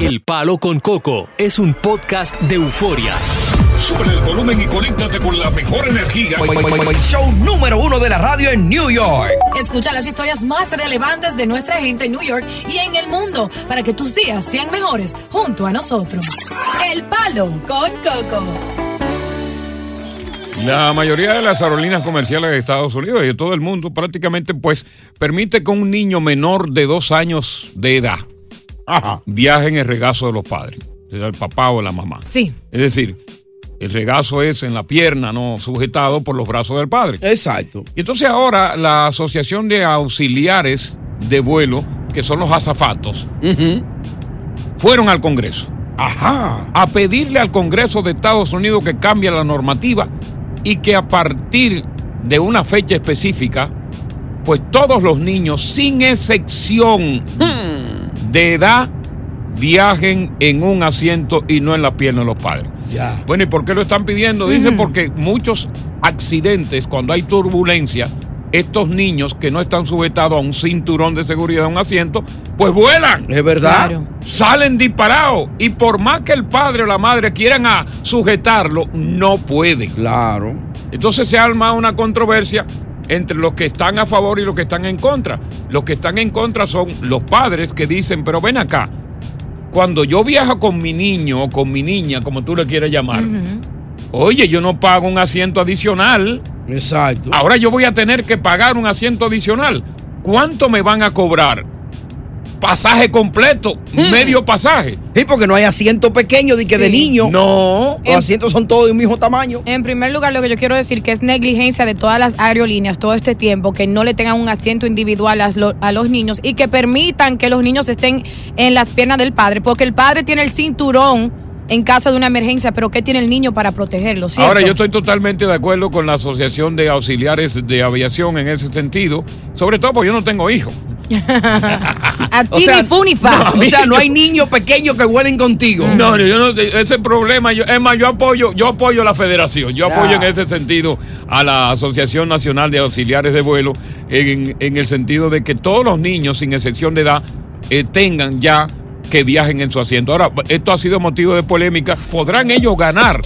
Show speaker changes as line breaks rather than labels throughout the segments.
El Palo con Coco es un podcast de euforia.
Sube el volumen y conéctate con la mejor energía.
Show número uno de la radio en New York.
Escucha las historias más relevantes de nuestra gente en New York y en el mundo para que tus días sean mejores junto a nosotros. El Palo con Coco.
La mayoría de las aerolíneas comerciales de Estados Unidos y de todo el mundo prácticamente pues permite que un niño menor de dos años de edad viaje en el regazo de los padres, o sea, el papá o la mamá.
Sí.
Es decir, el regazo es en la pierna, no sujetado por los brazos del padre.
Exacto.
Y entonces ahora la Asociación de Auxiliares de Vuelo, que son los azafatos, fueron al Congreso. Ajá. A pedirle al Congreso de Estados Unidos que cambie la normativa y que a partir de una fecha específica, pues todos los niños, sin excepción de edad, viajen en un asiento y no en las piernas de los padres.
Ya.
Bueno, ¿y por qué lo están pidiendo? Dicen porque muchos accidentes, cuando hay turbulencia, estos niños que no están sujetados a un cinturón de seguridad, a un asiento, pues vuelan.
Es verdad.
Claro.
Salen disparados. Y por más que el padre o la madre quieran a sujetarlo, no pueden.
Claro.
Entonces se arma una controversia entre los que están a favor y los que están en contra. Los que están en contra son los padres que dicen, pero ven acá, cuando yo viajo con mi niño o con mi niña, como tú le quieras llamar, oye, yo no pago un asiento adicional,
Exacto.
ahora yo voy a tener que pagar un asiento adicional. ¿Cuánto me van a cobrar? Pasaje completo, medio pasaje.
Sí, porque no hay asiento pequeño de que de
Sí.
niño.
No.
Los asientos son todos de un mismo tamaño.
En primer lugar, lo que yo quiero decir que es negligencia de todas las aerolíneas todo este tiempo, que no le tengan un asiento individual a, lo- a los niños y que permitan que los niños estén en las piernas del padre, porque el padre tiene el cinturón en caso de una emergencia, pero ¿qué tiene el niño para protegerlo? ¿cierto?
Ahora, yo estoy totalmente de acuerdo con la Asociación de Auxiliares de Aviación en ese sentido, sobre todo porque yo no tengo hijos.
A ti ni fu ni fa.
no, o sea, no Mm. hay niños pequeños que vuelen contigo.
No, yo no, ese problema, yo, es más, yo apoyo, yo apoyo a la federación, yo apoyo en ese sentido a la Asociación Nacional de Auxiliares de Vuelo, en, en el sentido de que todos los niños, sin excepción de edad, eh, tengan ya que viajen en su asiento. Ahora, esto ha sido motivo de polémica. ¿Podrán ellos ganar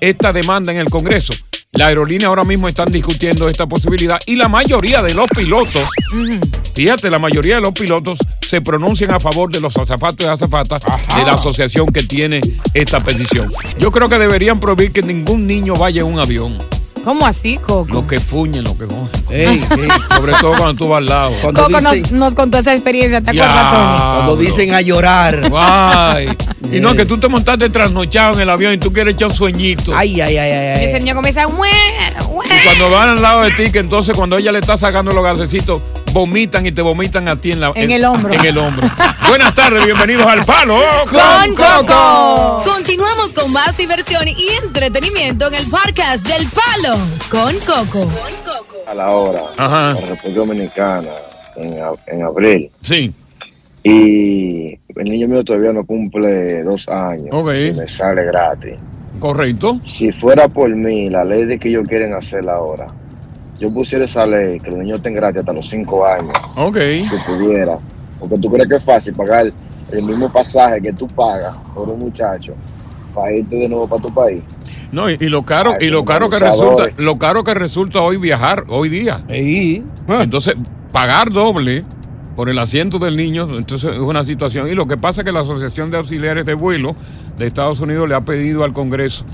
esta demanda en el Congreso? La aerolínea ahora mismo están discutiendo esta posibilidad y la mayoría de los pilotos
Mm-hmm.
Fíjate, la mayoría de los pilotos se pronuncian a favor de los azafatos y azafatas de la asociación que tiene esta petición. Yo creo que deberían prohibir que ningún niño vaya en un avión.
¿Cómo así, Coco?
Los que fuñen, los que cogen.
Ey, ey.
Sobre todo cuando tú vas al lado.
Cuando
Coco nos,
dicen,
nos contó esa experiencia, ¿te acuerdas, Tony?
cuando dicen a llorar.
Ay. Y no, que tú te montaste trasnochado en el avión y tú quieres echar un sueñito.
Ay, ay, ay, ay.
Y ese
ay.
niño comienza, "Ué, ué".
Y cuando van al lado de ti, que entonces cuando ella le está sacando los gasecitos, vomitan y te vomitan a ti en, la,
En el hombro.
En el hombro. Buenas tardes, bienvenidos al Palo
Con Coco.
Continuamos con más diversión y entretenimiento en el podcast del Palo con Coco.
a la hora
Ajá.
en República Dominicana en, a- en abril.
Sí.
Y el niño mío todavía no cumple dos años
Ok.
y me sale gratis.
Correcto.
Si fuera por mí, la ley de que ellos quieren hacer ahora, yo pusiera esa ley que los niños estén gratis hasta los cinco años,
Ok.
si pudiera. Porque tú crees que es fácil pagar el mismo pasaje que tú pagas por un muchacho para irte de nuevo para tu país.
No, y, y lo caro,
Ay,
y lo
son
caro que
abusadores.
resulta, lo caro que resulta hoy viajar, hoy día. Entonces, pagar doble por el asiento del niño, entonces es una situación. Y lo que pasa es que la Asociación de Auxiliares de Vuelo de Estados Unidos le ha pedido al Congreso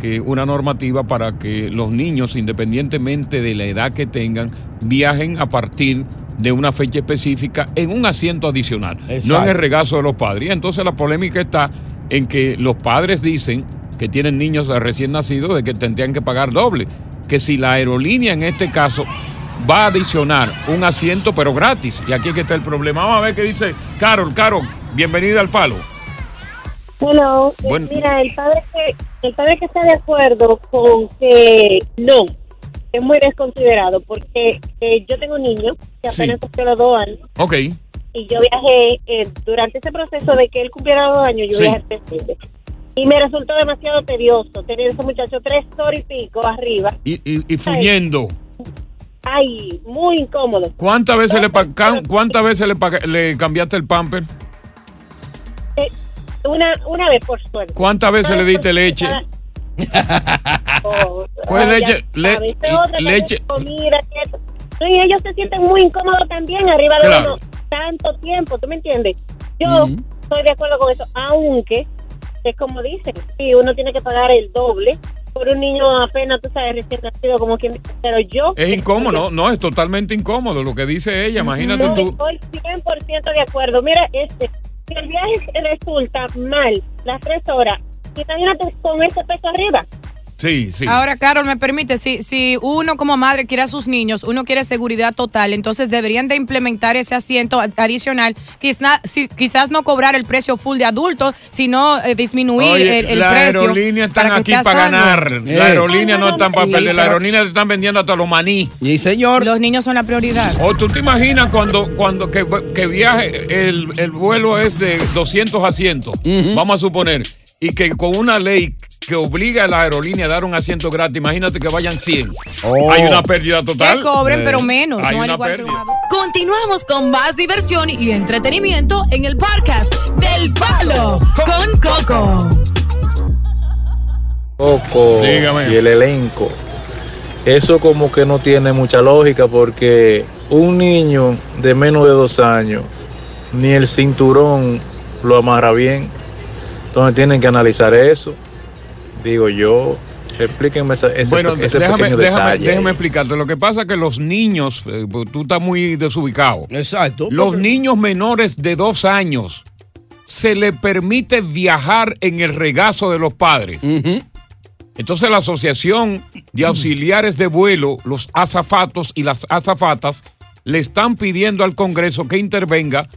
que una normativa para que los niños, independientemente de la edad que tengan, viajen a partir de una fecha específica en un asiento adicional, no en
Exacto.
el regazo de los padres. Y entonces la polémica está en que los padres dicen que tienen niños recién nacidos de que tendrían que pagar doble, que si la aerolínea en este caso va a adicionar un asiento pero gratis. Y aquí es que está el problema. Vamos a ver qué dice Carol. Carol, bienvenida al palo.
Hello. Eh,
Buen-
Mira, el padre que el padre que está de acuerdo con que no es muy desconsiderado porque eh, yo tengo un niño que
Sí.
apenas cumplió los dos años
Ok.
y yo viajé eh, durante ese proceso de que él cumpliera los dos años yo
Sí.
viajé tres veces y me resultó demasiado tedioso tener ese muchacho tres horas y pico arriba
Y, y, y fuñendo.
ay muy incómodo
¿Cuántas veces, le, pa- ca- cuántas veces le, pa- le cambiaste el pamper?
Eh, una una vez por suerte
¿Cuántas veces
Una
le
vez
diste
por-
leche?
Ah,
Fue
Oh, Ay,
leche,
ya
Pues le-
sabes, esa es otra,
leche.
también comida, que esto. No, y ellos se sienten muy incómodos también arriba de
Claro.
uno tanto tiempo, ¿tú me entiendes? Yo
Ujú.
estoy de acuerdo con eso, aunque es como dicen, sí, uno tiene que pagar el doble por un niño apenas, tú sabes, recién nacido, como quien dice, pero yo
Es incómodo, no, no, es totalmente incómodo lo que dice ella, imagínate
no,
tú.
estoy 100% de acuerdo. Mira, este, si el viaje resulta mal, las tres horas, imagínate con ese peso arriba.
Sí, sí.
Ahora, Carol, me permite, si, si uno como madre quiere a sus niños, uno quiere seguridad total, entonces deberían de implementar ese asiento ad- adicional, quizás, quizás no cobrar el precio full de adultos, sino eh, disminuir
Oye,
el, el
la
precio.
aerolínea están
para que
aquí
sea
para
sano.
ganar. La aerolínea no están para
Sí,
perder. La
pero-
aerolínea te están vendiendo hasta los maní.
Y señor.
Los niños son la prioridad.
O tú te imaginas cuando, cuando que, que viaje, el, el vuelo es de 200 asientos, vamos a suponer, y que con una ley que obliga a la aerolínea a dar un asiento gratis, imagínate que vayan 100. Hay una pérdida total. Eh,
Oh. Que cobren, pero menos,
Hay
no al
una
igual que
pérdida.
Continuamos con más diversión y entretenimiento en el podcast del Palo con Coco.
Coco y el elenco. Eso como que no tiene mucha lógica porque un niño de menos de dos años ni el cinturón lo amarra bien. Entonces tienen que analizar eso. Digo yo, explíquenme esa, ese,
Bueno,
ese
déjame,
pequeño
déjame,
detalle.
déjame explicarte. Lo que pasa es que los niños, eh, pues, tú estás muy desubicado.
Exacto.
Los niños menores de dos años se le permite viajar en el regazo de los padres. Entonces la Asociación de Auxiliares de Vuelo, los azafatos y las azafatas, le están pidiendo al Congreso que intervenga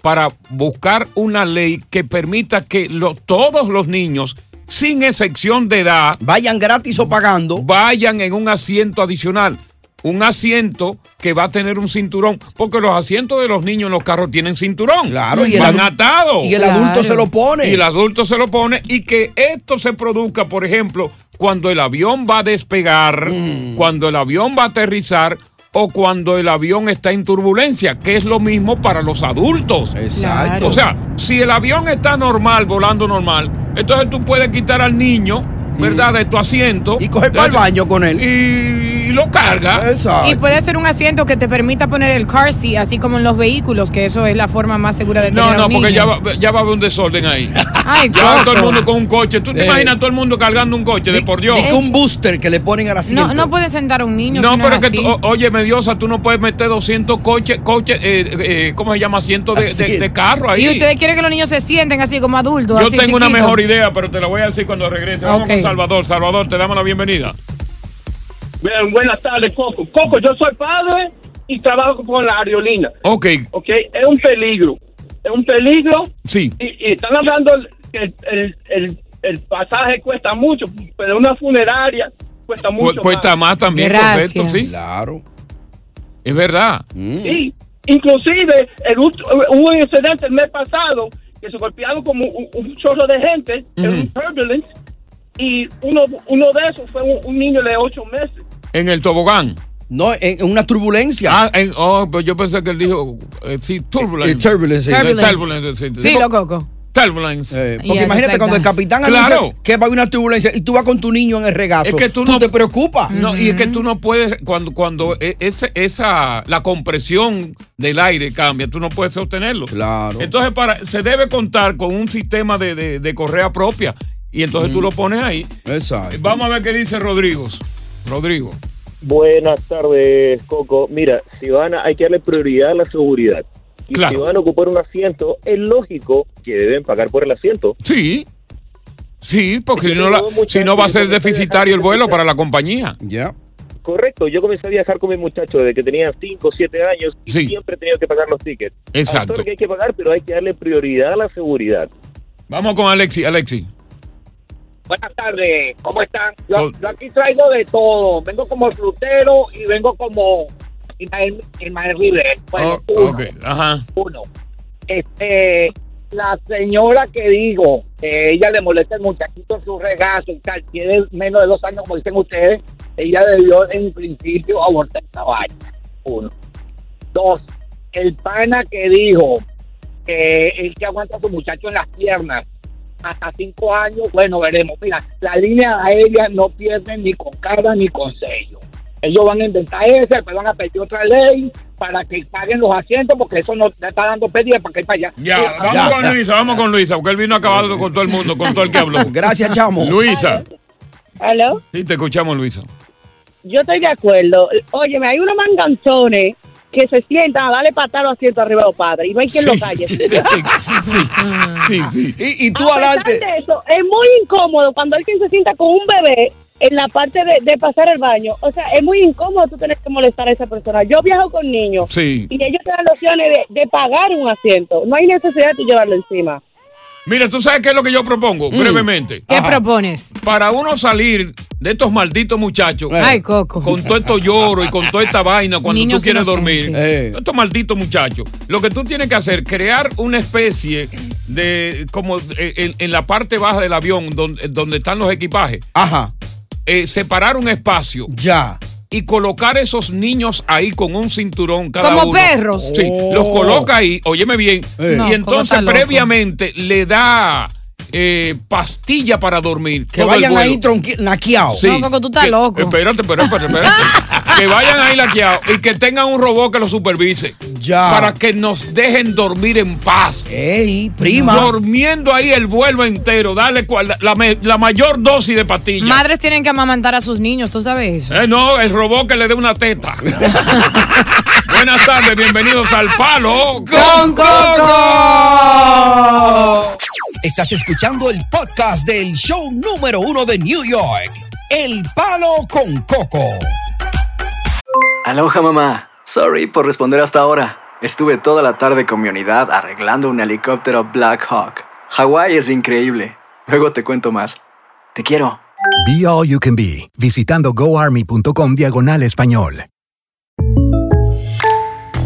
para buscar una ley que permita que lo- todos los niños, sin excepción de edad,
vayan gratis o pagando,
vayan en un asiento adicional. Un asiento que va a tener un cinturón, porque los asientos de los niños en los carros tienen cinturón. Claro,
y el
van
adu-
atados.
y el adulto Claro. se lo pone.
Y el adulto se lo pone. Y que esto se produzca, por ejemplo, cuando el avión va a despegar,
Mm.
cuando el avión va a aterrizar o cuando el avión está en turbulencia, que es lo mismo para los adultos.
Exacto.
O sea, si el avión está normal, volando normal, entonces tú puedes quitar al niño, ¿verdad?,
Mm.
de tu asiento. Y coger
para el baño con él.
Y lo carga.
Y puede ser un asiento que te permita poner el car seat, así como en los vehículos, que eso es la forma más segura de tener
No,
a
no,
un
porque
niño.
ya va, ya va a haber un desorden ahí.
Ay,
ya va
Coco.
todo el mundo con un coche. ¿Tú te
Eh.
imaginas todo el mundo cargando un coche? De por Dios.
y que un booster que le ponen al asiento.
No, no puede sentar a un niño.
No,
si
pero
es
que,
así.
tú- oh, o- oye, mediosa, tú no puedes meter 200 coches, coches eh, eh, ¿cómo se llama? Asientos de, de, de carro ahí.
Y ustedes quieren que los niños se sienten así como adultos.
Yo
así
tengo una
chiquitos.
mejor idea, pero te la voy a decir cuando regrese. Vamos
Ok.
con Salvador. Salvador, te damos la bienvenida.
Bien, buenas tardes, Coco. Coco, yo soy padre y trabajo con la aerolínea.
Ok.
Ok, es un peligro. Es un peligro.
Sí.
Y, y están hablando que el, el, el- el pasaje cuesta mucho, pero una funeraria cuesta
Cu-
mucho.
cuesta más también, correcto, sí.
Claro.
Es verdad.
Sí. Inclusive, el, ult- hubo un incidente el mes pasado que se golpearon como un, un chorro de gente, en
Ujú.
un turbulence, y uno, uno de esos fue un, un niño de ocho meses.
En el tobogán.
No, en, en una turbulencia.
Ah, en- oh, pero yo pensé que él dijo, eh, sí, turbulence.
Eh, turbulence, sí.
Turbulence.
Turbulence.
sí,
Sí, lo
coco.
Turbulence.
Porque imagínate cuando el capitán
Claro.
anuncia que va a haber una turbulencia y tú vas con tu niño en el regazo.
Es que tú,
tú
no
te preocupas.
No, y es que tú no puedes cuando cuando e- ese- esa la compresión del aire cambia, tú no puedes sostenerlo.
Claro.
Entonces para se debe contar con un sistema de, de- de correa propia y entonces tú lo pones ahí.
Exacto.
Vamos a ver qué dice Rodrigo. Rodrigo.
Buenas tardes, Coco. Mira, si van a, hay que darle prioridad a la seguridad. Y si van a ocupar un asiento, es lógico que deben pagar por el asiento.
Sí. Sí, porque si no, la- si no va a ser deficitario el vuelo para la compañía.
Ya.
Correcto, yo comencé a viajar con mi muchacho desde que tenía 5 o 7 años y siempre he tenido que pagar los tickets.
Exacto.
Ahora que hay que pagar, pero hay que darle prioridad a la seguridad.
Vamos con Alexi, Alexi.
Buenas tardes, ¿cómo están? Yo, yo aquí traigo de todo. Vengo como frutero y vengo como Ismael, Ismael Pues, River. Bueno,
Oh,
uno,
ok, ajá.
uno. Este, la señora que digo, que ella le molesta el muchachito en su regazo y tal, tiene menos de dos años, como dicen ustedes, ella debió en principio abortar esa vaina. Uno. Dos, el pana que dijo que el que aguanta a su muchacho en las piernas hasta cinco años, bueno, veremos. Mira, la línea aérea no pierde ni con cara ni con sello. Ellos van a inventar ese, pero van a pedir otra ley para que paguen los asientos, porque eso no le está dando pérdida para que ir para allá.
Ya, vamos con Luisa, vamos con Luisa, porque él vino acabado con todo el mundo, con todo el que habló.
Gracias, chamo.
Luisa.
¿Aló?
Sí, te escuchamos, Luisa.
Yo estoy de acuerdo. Óyeme, hay unos manganzones que se sientan a darle patar los asientos arriba a los padres y no hay quien los calle.
Sí, sí.
Y,
tú adelante. eso, es muy incómodo cuando alguien se sienta con un bebé en la parte de, de pasar el baño. O sea, es muy incómodo tú tener que molestar a esa persona. Yo viajo con niños
Sí.
y ellos te dan las opciones de, de pagar un asiento. No hay necesidad de tú llevarlo encima.
Mira, tú sabes qué es lo que yo propongo, brevemente.
Mm. ¿Qué propones?
Para uno salir de estos malditos muchachos.
Ay, Coco.
Con todo esto lloro y con toda esta vaina cuando
Niños
tú quieres
inocentes. Eh.
dormir. Estos malditos muchachos. Lo que tú tienes que hacer, crear una especie de, como eh, en, en la parte baja del avión, donde, donde están los equipajes.
Ajá.
eh, separar un espacio.
Ya.
Y colocar esos niños ahí con un cinturón cada
Como
uno.
perros.
Sí,
Oh.
los coloca ahí, óyeme bien.
Eh. No,
Y
Coco está
entonces
loco.
previamente le da eh, pastilla para dormir.
Que vayan ahí tronqui- naqueados.
Sí. Que- Espérate, espérate, espérate. espérate. que vayan ahí laqueados y que tengan un robot que lo supervise.
Ya.
Para que nos dejen dormir en paz.
Ey, prima.
Durmiendo ahí el vuelo entero. Dale cual- la, la me- la mayor dosis de pastilla.
Madres tienen que amamantar a sus niños, ¿tú sabes eso?
Eh, no, el robot que le dé una teta. Buenas tardes, bienvenidos al Palo
con
Coco.
Estás escuchando el podcast del show número uno de New York. El palo con coco.
Aloha mamá. Sorry por responder hasta ahora. Estuve toda la tarde con mi unidad arreglando un helicóptero Black Hawk. Hawái es increíble. Luego te cuento más. Te quiero.
Be All You Can Be, visitando goarmy.com diagonal español.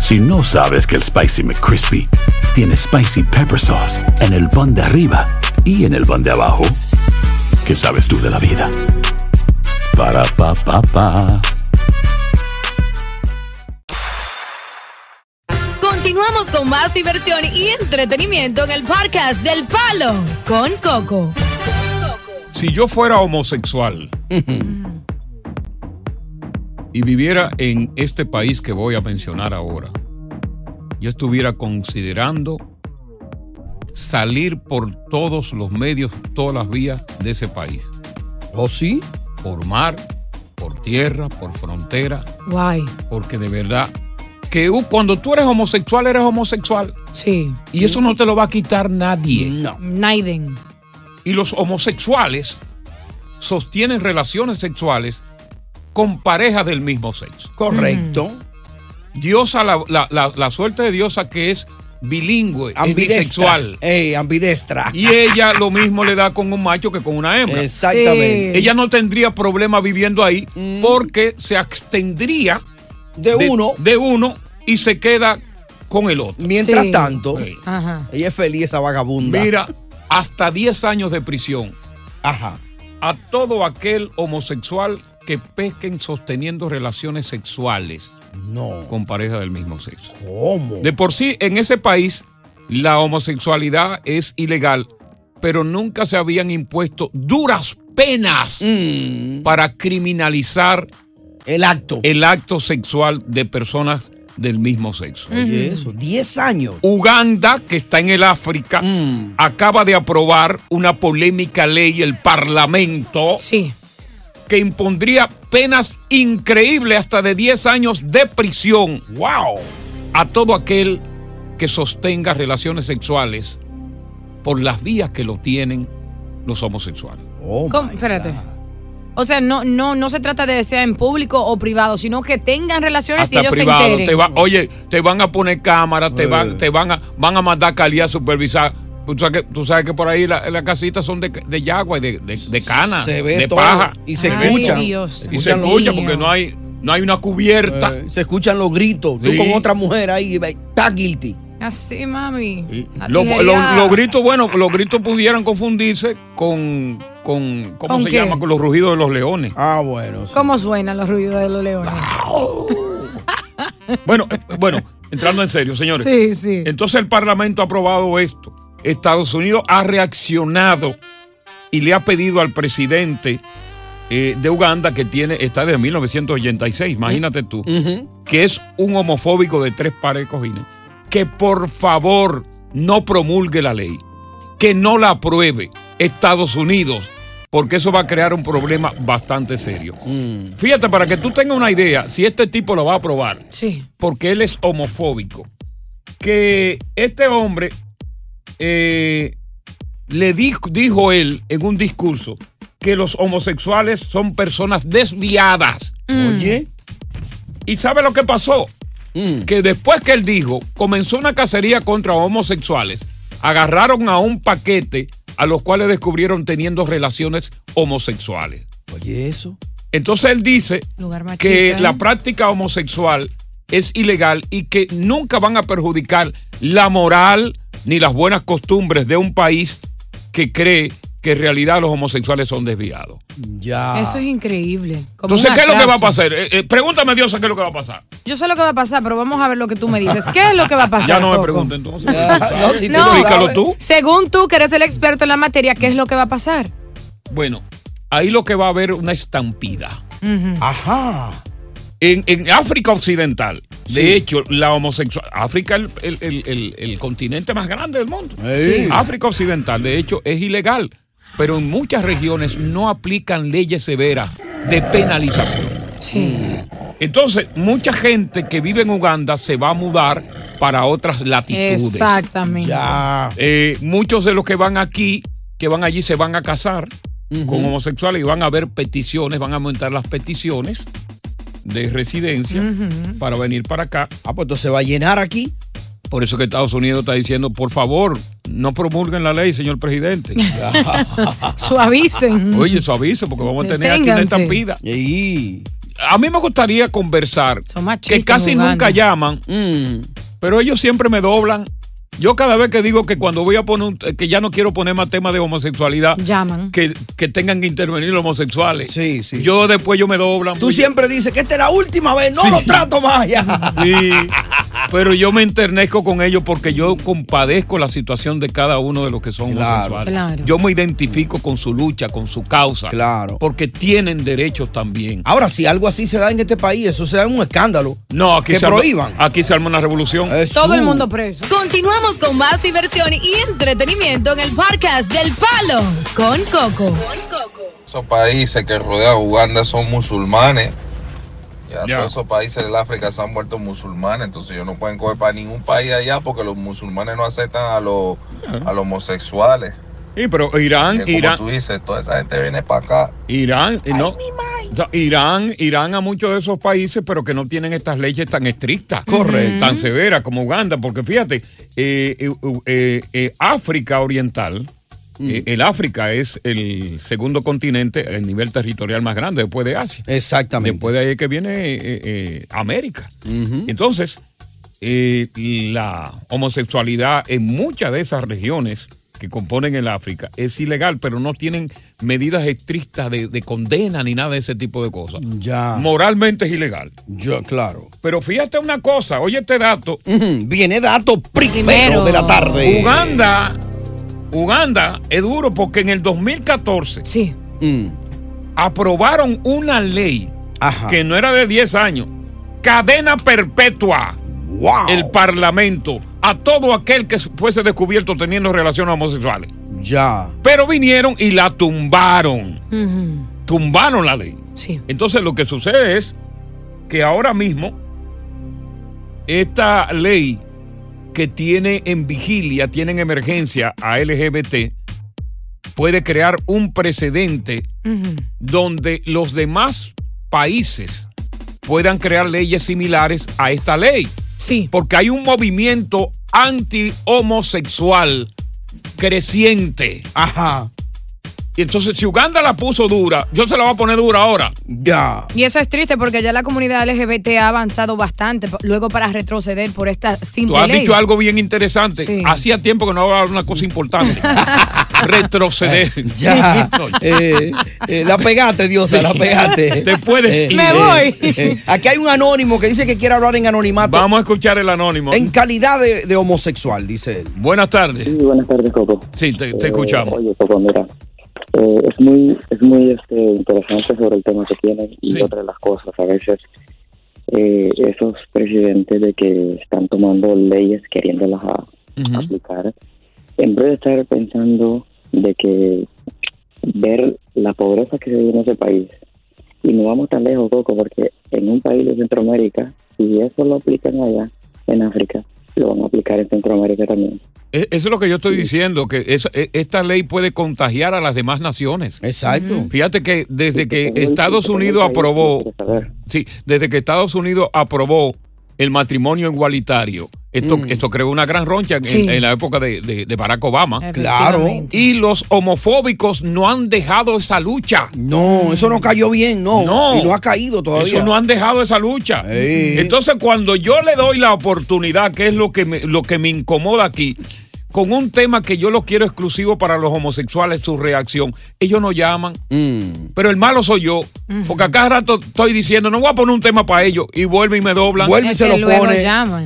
Si no sabes que el Spicy McCrispy tiene Spicy Pepper Sauce en el pan de arriba y en el pan de abajo, ¿qué sabes tú de la vida? Para, pa, pa, pa.
Continuamos con más diversión y entretenimiento en el podcast del Palo con Coco.
Si yo fuera homosexual y viviera en este país que voy a mencionar ahora, yo estuviera considerando salir por todos los medios, todas las vías de ese país.
¿O sí?
Por mar, por tierra, por frontera,
Guay.
porque de verdad que u- cuando tú eres homosexual eres homosexual.
Sí.
Y eso no te lo va a quitar nadie.
No.
Naiden.
Y los homosexuales sostienen relaciones sexuales con parejas del mismo sexo.
Correcto.
Mm.
Diosa, la, la- la- la suerte de Diosa que es bilingüe, es
Ambidextra.
bisexual.
ambidestra.
Y ella lo mismo le da con un macho que con una hembra.
Exactamente. Sí.
Ella no tendría problema viviendo ahí porque se abstendría
de, uno.
De uno y se queda con el otro.
Mientras tanto,
Sí.
ella es feliz esa vagabunda.
Mira, hasta 10 años de prisión.
Ajá.
A todo aquel homosexual que pesquen sosteniendo relaciones sexuales
no.
con pareja del mismo sexo.
¿Cómo?
De por sí, en ese país, la homosexualidad es ilegal, pero nunca se habían impuesto duras penas para criminalizar
Mm. el acto.
El acto sexual de personas del mismo sexo.
Oye, eso, 10 años. Mm.
Uganda, que está en el África, acaba de aprobar una polémica ley, el Parlamento, que impondría penas increíbles hasta de 10 años de prisión. ¡Wow! A todo aquel que sostenga relaciones sexuales por las vías que lo tienen los homosexuales.
¿Cómo? Espérate. O sea, no, no, no se trata de sea en público o privado, sino que tengan relaciones y
Hasta
ellos se
privado.
enteren.
Te va- oye, te van a poner cámara, te
Eh.
van, te van a, van a mandar calidad a supervisar. Tú sabes, que, tú sabes que por ahí la- las casitas son de, de yagua y de, de, de cana,
Se ve
de
todo
paja.
y se Ay, escucha. Dios
Y se
mío.
escucha porque no hay, no hay una cubierta.
Eh, se escuchan los gritos. Tú
Sí.
con otra mujer ahí, ve, está guilty.
Así, mami. La
Los, los-
tijería.
los gritos, bueno, los gritos pudieran confundirse con, con ¿cómo
¿Con
se
qué?
llama? Con los rugidos de los leones.
Ah, bueno.
¿Cómo suenan los ruidos de los leones?
Bueno, eh, bueno, entrando en serio, señores.
Sí, sí.
Entonces el Parlamento ha aprobado esto. Estados Unidos ha reaccionado y le ha pedido al presidente eh, de Uganda, que tiene, está desde 1986, imagínate tú, que es un homofóbico de tres pares de cojines, que por favor no promulgue la ley, que no la apruebe Estados Unidos, porque eso va a crear un problema bastante serio.
Mm.
Fíjate, para que tú tengas una idea, si este tipo lo va a aprobar, porque él es homofóbico, que este hombre eh, le dijo, dijo él en un discurso que los homosexuales son personas desviadas. Oye. ¿Y sabe lo que pasó?
Mm.
Que después que él dijo, comenzó una cacería contra homosexuales. Agarraron a un paquete a los cuales descubrieron teniendo relaciones homosexuales.
Oye, eso.
Entonces él dice
Lugar machista. ¿eh?
que la práctica homosexual es ilegal y que nunca van a perjudicar la moral ni las buenas costumbres de un país que cree que en realidad los homosexuales son desviados.
Ya.
Eso es increíble. Como
Entonces,
un
¿qué es lo que va a
atraso.
pasar? Eh, eh, pregúntame, Diosa, ¿qué es lo que va a pasar?
Yo sé lo que va a pasar, pero vamos a ver lo que tú me dices. ¿Qué es lo que va a pasar?
ya no me
Coco?
pregunten entonces.
no,
si tú
no,
no
explícalo
sabes.
tú.
Según tú, que eres el experto en la materia, ¿qué es lo que va a pasar?
Bueno, ahí lo que va a haber una estampida.
Mm.
Ujú.
Ajá. En, en África Occidental, de hecho, la homosexual. África, el, el- el- el- el continente más grande del mundo.
Sí.
Sí. África Occidental, de hecho, es ilegal, pero en muchas regiones no aplican leyes severas de penalización. Entonces, mucha gente que vive en Uganda se va a mudar para otras latitudes.
Exactamente.
Ya. Eh, muchos de los que van aquí, que van allí, se van a casar con homosexuales y van a haber peticiones, van a aumentar las peticiones de residencia para venir para acá.
Ah, pues entonces va a llenar aquí.
Por eso que Estados Unidos está diciendo, por favor, no promulguen la ley, señor presidente.
Suavicen.
Oye, suavice, porque vamos a tener aquí una
Deténganse.
estampida. A mí me gustaría conversar, que casi
Uganda.
nunca llaman,
Mm.
pero ellos siempre me doblan. Yo cada vez que digo que cuando voy a poner, un- que ya no quiero poner más temas de homosexualidad,
Llaman.
Que, que tengan que intervenir los homosexuales. Sí, sí. Yo después yo me doblan.
Tú siempre dices que esta es la última vez, no lo trato más ya.
Sí, pero yo me enternezco con ellos porque yo compadezco la situación de cada uno de los que son homosexuales.
claro.
Yo me identifico con su lucha, con su causa. Claro. Porque tienen derechos también.
Ahora, si algo así se da en este país, eso será un escándalo.
No, aquí
Que
se arma-
prohíban.
Aquí se arma una revolución.
Todo el mundo preso. Continuamos con más diversión y entretenimiento en el podcast del Palo con Coco.
Esos países que rodean a Uganda son musulmanes. Ya, todos esos países del África se han vuelto musulmanes, entonces ellos no pueden coger para ningún país allá porque los musulmanes no aceptan a los, a los homosexuales.
Sí, pero Irán,
Que como
Irán,
tú dices, toda esa gente viene para acá.
Irán, eh, no. O sea, Irán, Irán a muchos de esos países, pero que no tienen estas leyes tan estrictas,
Correcto.
tan severas como Uganda, porque fíjate, eh, eh, eh, eh, África Oriental,
Mm.
eh, el África es el segundo continente, el nivel territorial más grande después de Asia.
Exactamente.
Después de ahí es que viene eh, eh, América. Entonces, eh, la homosexualidad en muchas de esas regiones que componen el África es ilegal, pero no tienen medidas estrictas de, de condena ni nada de ese tipo de cosas.
Ya.
Moralmente es ilegal.
Ya, claro.
Pero fíjate una cosa, oye este dato.
Viene dato primero de la tarde.
Uganda, Uganda es duro porque en el 2014 aprobaron una ley que no era de 10 años, cadena perpetua. El Parlamento a todo aquel que fuese descubierto teniendo relaciones homosexuales.
Ah.
Ya.
Pero vinieron y la tumbaron.
Mm-hmm.
Tumbaron la ley. Entonces lo que sucede es que ahora mismo esta ley que tiene en vigilia, tiene en emergencia a LGBT, puede crear un precedente donde los demás países puedan crear leyes similares a esta ley.
Sí.
Porque hay un movimiento anti-homosexual creciente.
Ajá.
Y entonces, si Uganda la puso dura, yo se la voy a poner dura ahora.
Ya.
Y eso es triste porque ya la comunidad LGBT ha avanzado bastante, p- luego para retroceder por esta
Tú
simple
has
ley.
dicho algo bien interesante. Hacía tiempo que no hablaba de una cosa importante. Retroceder.
Ya. Eh, eh, la pegaste, Diosa, la pegaste. Eh,
Te puedes ir. Me voy.
aquí hay un anónimo que dice que quiere hablar en anonimato.
Vamos a escuchar el anónimo.
En calidad de, de homosexual, dice él.
Buenas tardes.
Sí, buenas tardes, Coco.
Sí, te,
Eh, Oye, Coco, mira, eh, es muy, es muy este, interesante sobre el tema que tienen y otra de las cosas. A veces eh, esos presidentes de que están tomando leyes queriéndolas a- aplicar, en vez de estar pensando de que ver la pobreza que se vive en ese país, y no vamos tan lejos, Coco, porque en un país de Centroamérica, si eso lo aplican allá, en África, lo van a aplicar en Centroamérica también.
E- Eso es lo que yo estoy diciendo, que esa- e- esta ley puede contagiar a las demás naciones.
Exacto. Ujú.
Fíjate que desde que
tengo el-
Estados
tengo el
Unidos
país,
aprobó,
no quiero saber.
sí, desde que Estados Unidos aprobó el matrimonio igualitario, esto,
Mm.
esto creó una gran roncha en,
Sí.
en la época de, de- de Barack Obama.
Claro.
Y los homofóbicos no han dejado esa lucha.
No, eso no cayó bien, no.
No.
Y no ha caído todavía.
Eso no han dejado esa lucha. Entonces, cuando yo le doy la oportunidad, que es lo que, me, lo que me incomoda aquí, con un tema que yo lo quiero exclusivo para los homosexuales, su reacción, ellos no llaman.
Mm.
Pero el malo soy yo. Porque a cada rato estoy diciendo, no voy a poner un tema para ellos. Y vuelve y me doblan.
Vuelve y se lo pone.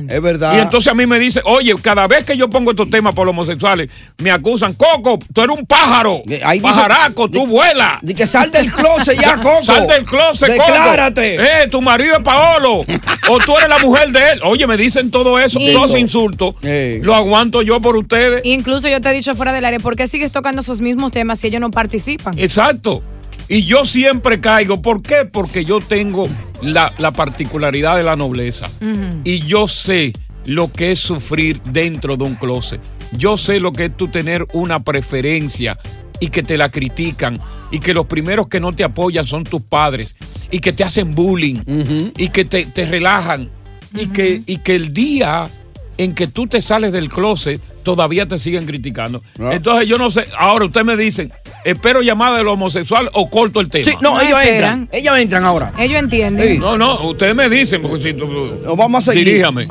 Es verdad.
Y entonces a mí me dice, oye, cada vez que yo pongo estos temas por los homosexuales, me acusan, Coco, tú eres un pájaro.
Eh, dice-
pajaraco, tú vuelas.
Di que sal del closet ya, Coco.
Sal del closet, Coco.
Declárate.
Eh, tu marido es Paolo. o tú eres la mujer de él. Oye, me dicen todo eso,
Y-
todos esos insultos.
Eh.
Lo aguanto yo por ustedes.
Incluso yo te he dicho fuera del área, ¿por qué sigues tocando esos mismos temas si ellos no participan?
Exacto. Y yo siempre caigo. ¿Por qué? Porque yo tengo la, la particularidad de la nobleza.
Ujú.
Y yo sé lo que es sufrir dentro de un closet. Yo sé lo que es tú tener una preferencia y que te la critican y que los primeros que no te apoyan son tus padres y que te hacen bullying y que te, te relajan y, que, y que el día en que tú te sales del closet todavía te siguen criticando.
Ah.
Entonces yo no sé, ahora ustedes me dicen, espero llamada del homosexual o corto el tema.
Sí, no, ellos entran. Ellos entran ahora.
Ellos entienden.
No, no, ustedes me dicen, porque si no,
vamos a seguir.
Diríjame.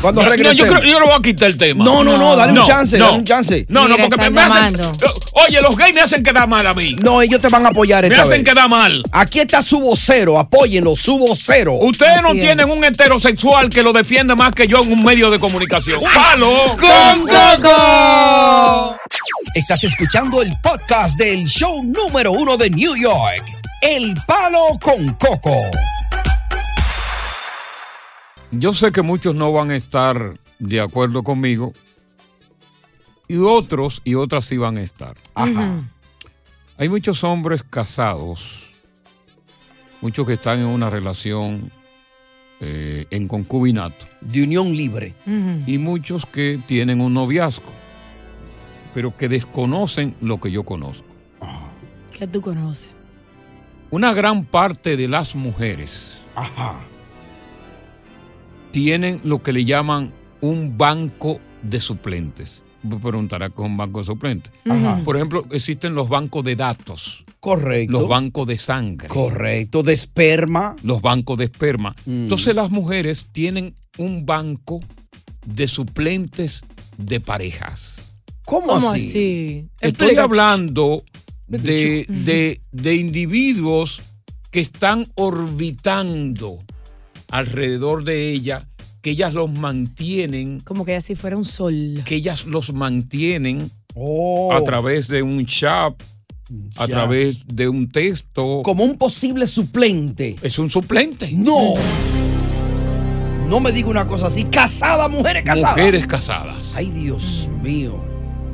cuando
No,
regresemos.
yo, creo- yo no voy a quitar el tema.
No, no, no, dale un chance, dale un chance.
No, no,
Mira,
porque me,
están
me hacen. Eh,
llamando.
Oye, los gays me hacen quedar mal a mí.
No, ellos te van a apoyar
Me
esta vez.
hacen quedar mal.
Aquí está su vocero, apóyenlo, su vocero.
Ustedes no tienen un heterosexual que lo defienda más que yo en un medio de comunicación. ¡Palo!
con Coco. Estás escuchando el podcast del show número uno de New York, El Palo con Coco.
Yo sé que muchos no van a estar de acuerdo conmigo. Y otros y otras sí van a estar. Hay muchos hombres casados, muchos que están en una relación eh, en concubinato.
De unión libre.
Y muchos que tienen un noviazgo, pero que desconocen lo que yo conozco.
Que tú conoces.
una gran parte de las mujeres tienen lo que le llaman un banco de suplentes. Preguntará con banco de suplentes.
Ajá.
Por ejemplo, existen los bancos de datos.
Correcto.
Los bancos de sangre.
Correcto, de esperma. Mm.
Los bancos de esperma. Entonces las mujeres tienen un banco de suplentes de parejas.
¿Cómo,
¿Cómo
así?
así?
Estoy
Explícate.
hablando de, de- de individuos que están orbitando alrededor de ella, que ellas los mantienen,
Como que así fuera un sol.
que ellas los mantienen
Oh.
a través de un chat, a
Ya.
través de un texto.
Como un posible suplente.
Es un suplente.
No. No me diga una cosa así. Casada, mujeres casadas.
Mujeres casadas.
Ay, Dios mío.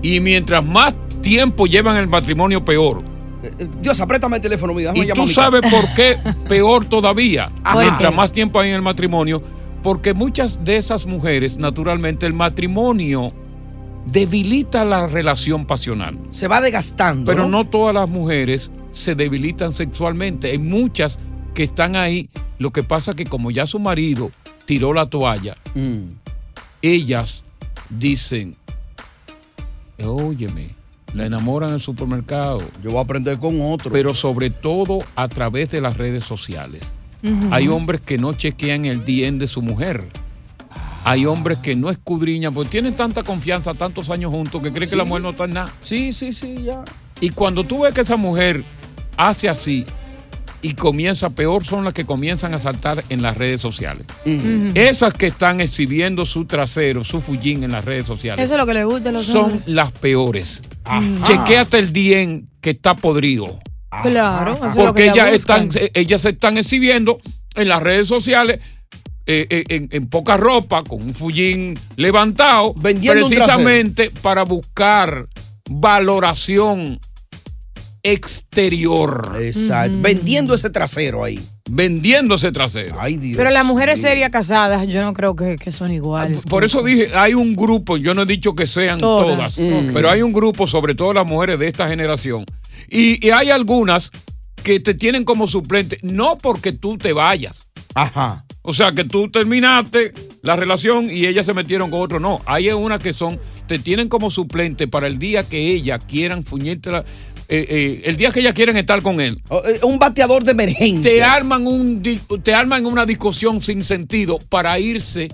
Y mientras más tiempo llevan el matrimonio, peor.
Dios, apriétame el teléfono, mi
Y tú sabes por qué peor todavía,
Ajá.
mientras
Ah, ¿Por qué?
más tiempo hay en el matrimonio, porque muchas de esas mujeres, naturalmente, el matrimonio debilita la relación pasional.
Se va desgastando.
Pero
¿no?
no todas las mujeres se debilitan sexualmente. Hay muchas que están ahí. Lo que pasa que como ya su marido tiró la toalla, ellas dicen, óyeme, la enamoran en el supermercado.
Yo voy a aprender con otro.
Pero sobre todo a través de las redes sociales. Hay hombres que no chequean el DM de su mujer. Hay hombres que no escudriñan, porque tienen tanta confianza, tantos años juntos, que creen que la
Sí.
mujer no está en nada.
Sí, sí, sí, ya.
Y cuando tú ves que esa mujer hace así y comienza, peor son las que comienzan a saltar en las redes sociales. Esas que están exhibiendo su trasero, su fullín en las redes sociales,
Eso es lo que le gusta a los
son
hombres.
las peores.
Ajá.
Chequéate el dien que está podrido.
Claro, eso es lo
Ah, Porque
que
ellas,
ellas
están, eh, ellas se están exhibiendo en las redes sociales. eh, eh, en, en poca ropa, con un fullín levantado,
Vendiendo un
precisamente para buscar valoración exterior.
Exacto. Vendiendo ese trasero ahí.
Vendiendo ese trasero.
Ay, Dios.
Pero las mujeres serias casadas, yo no creo que, que son iguales.
Por eso dije, hay un grupo, yo no he dicho que sean
Todas.
todas,
Mm.
pero hay un grupo, sobre todo las mujeres de esta generación, y, y hay algunas que te tienen como suplente, no porque tú te vayas.
Ajá.
O sea, que tú terminaste la relación y ellas se metieron con otro. No, hay unas que son, te tienen como suplente para el día que ellas quieran fuñirte la- eh, eh, el día que ellas quieren estar con él.
Oh, eh, Un bateador de emergencia.
Te arman, un, di- te arman una discusión sin sentido para irse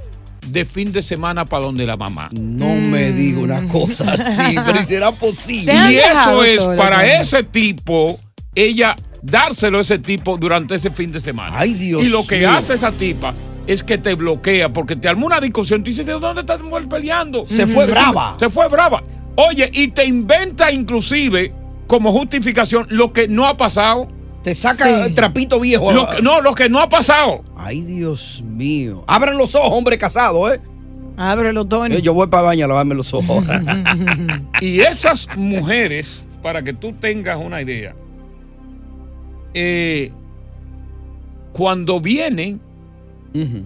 de fin de semana para donde la mamá.
No me diga
Mm.
una cosa así, pero será posible.
Y eso es para ese tipo, ella dárselo a ese tipo durante ese fin de semana. Ay,
Dios
Y lo que
mío.
hace esa tipa es que te bloquea porque te armó una discusión. Tú dices, ¿de dónde estás peleando?
Se fue brava.
Se fue brava. Oye, y te inventa inclusive como justificación lo que no ha pasado.
Te saca el trapito viejo. Ah,
Lo que- no, lo que no ha pasado.
Ay, Dios mío. Abran los ojos, hombre casado, ¿eh?
Ábrelo, Tony.
Eh, Yo voy para el baño a lavarme los ojos.
Y esas mujeres, para que tú tengas una idea, eh, cuando vienen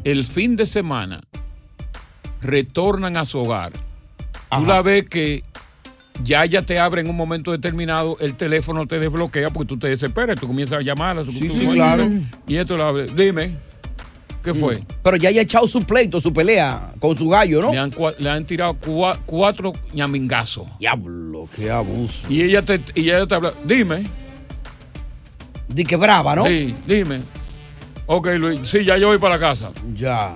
el fin de semana, retornan a su hogar. Tú la ves que ya ya te abre en un momento determinado, el teléfono te desbloquea porque tú te desesperas, tú comienzas a llamarla. tú- tú-
sí,
tú-
claro.
Y esto la abre. Dime, ¿qué fue?
Mm. Pero ya haya echado su pleito, su pelea con su gallo, ¿no?
Le han, cua- le han tirado cua- cuatro ñamingazos.
Diablo, qué abuso.
Y ella te, y ella te habla, dime.
Di que brava, ¿no?
Sí, dime. Ok, Luis, sí, ya yo voy para la casa.
Ya.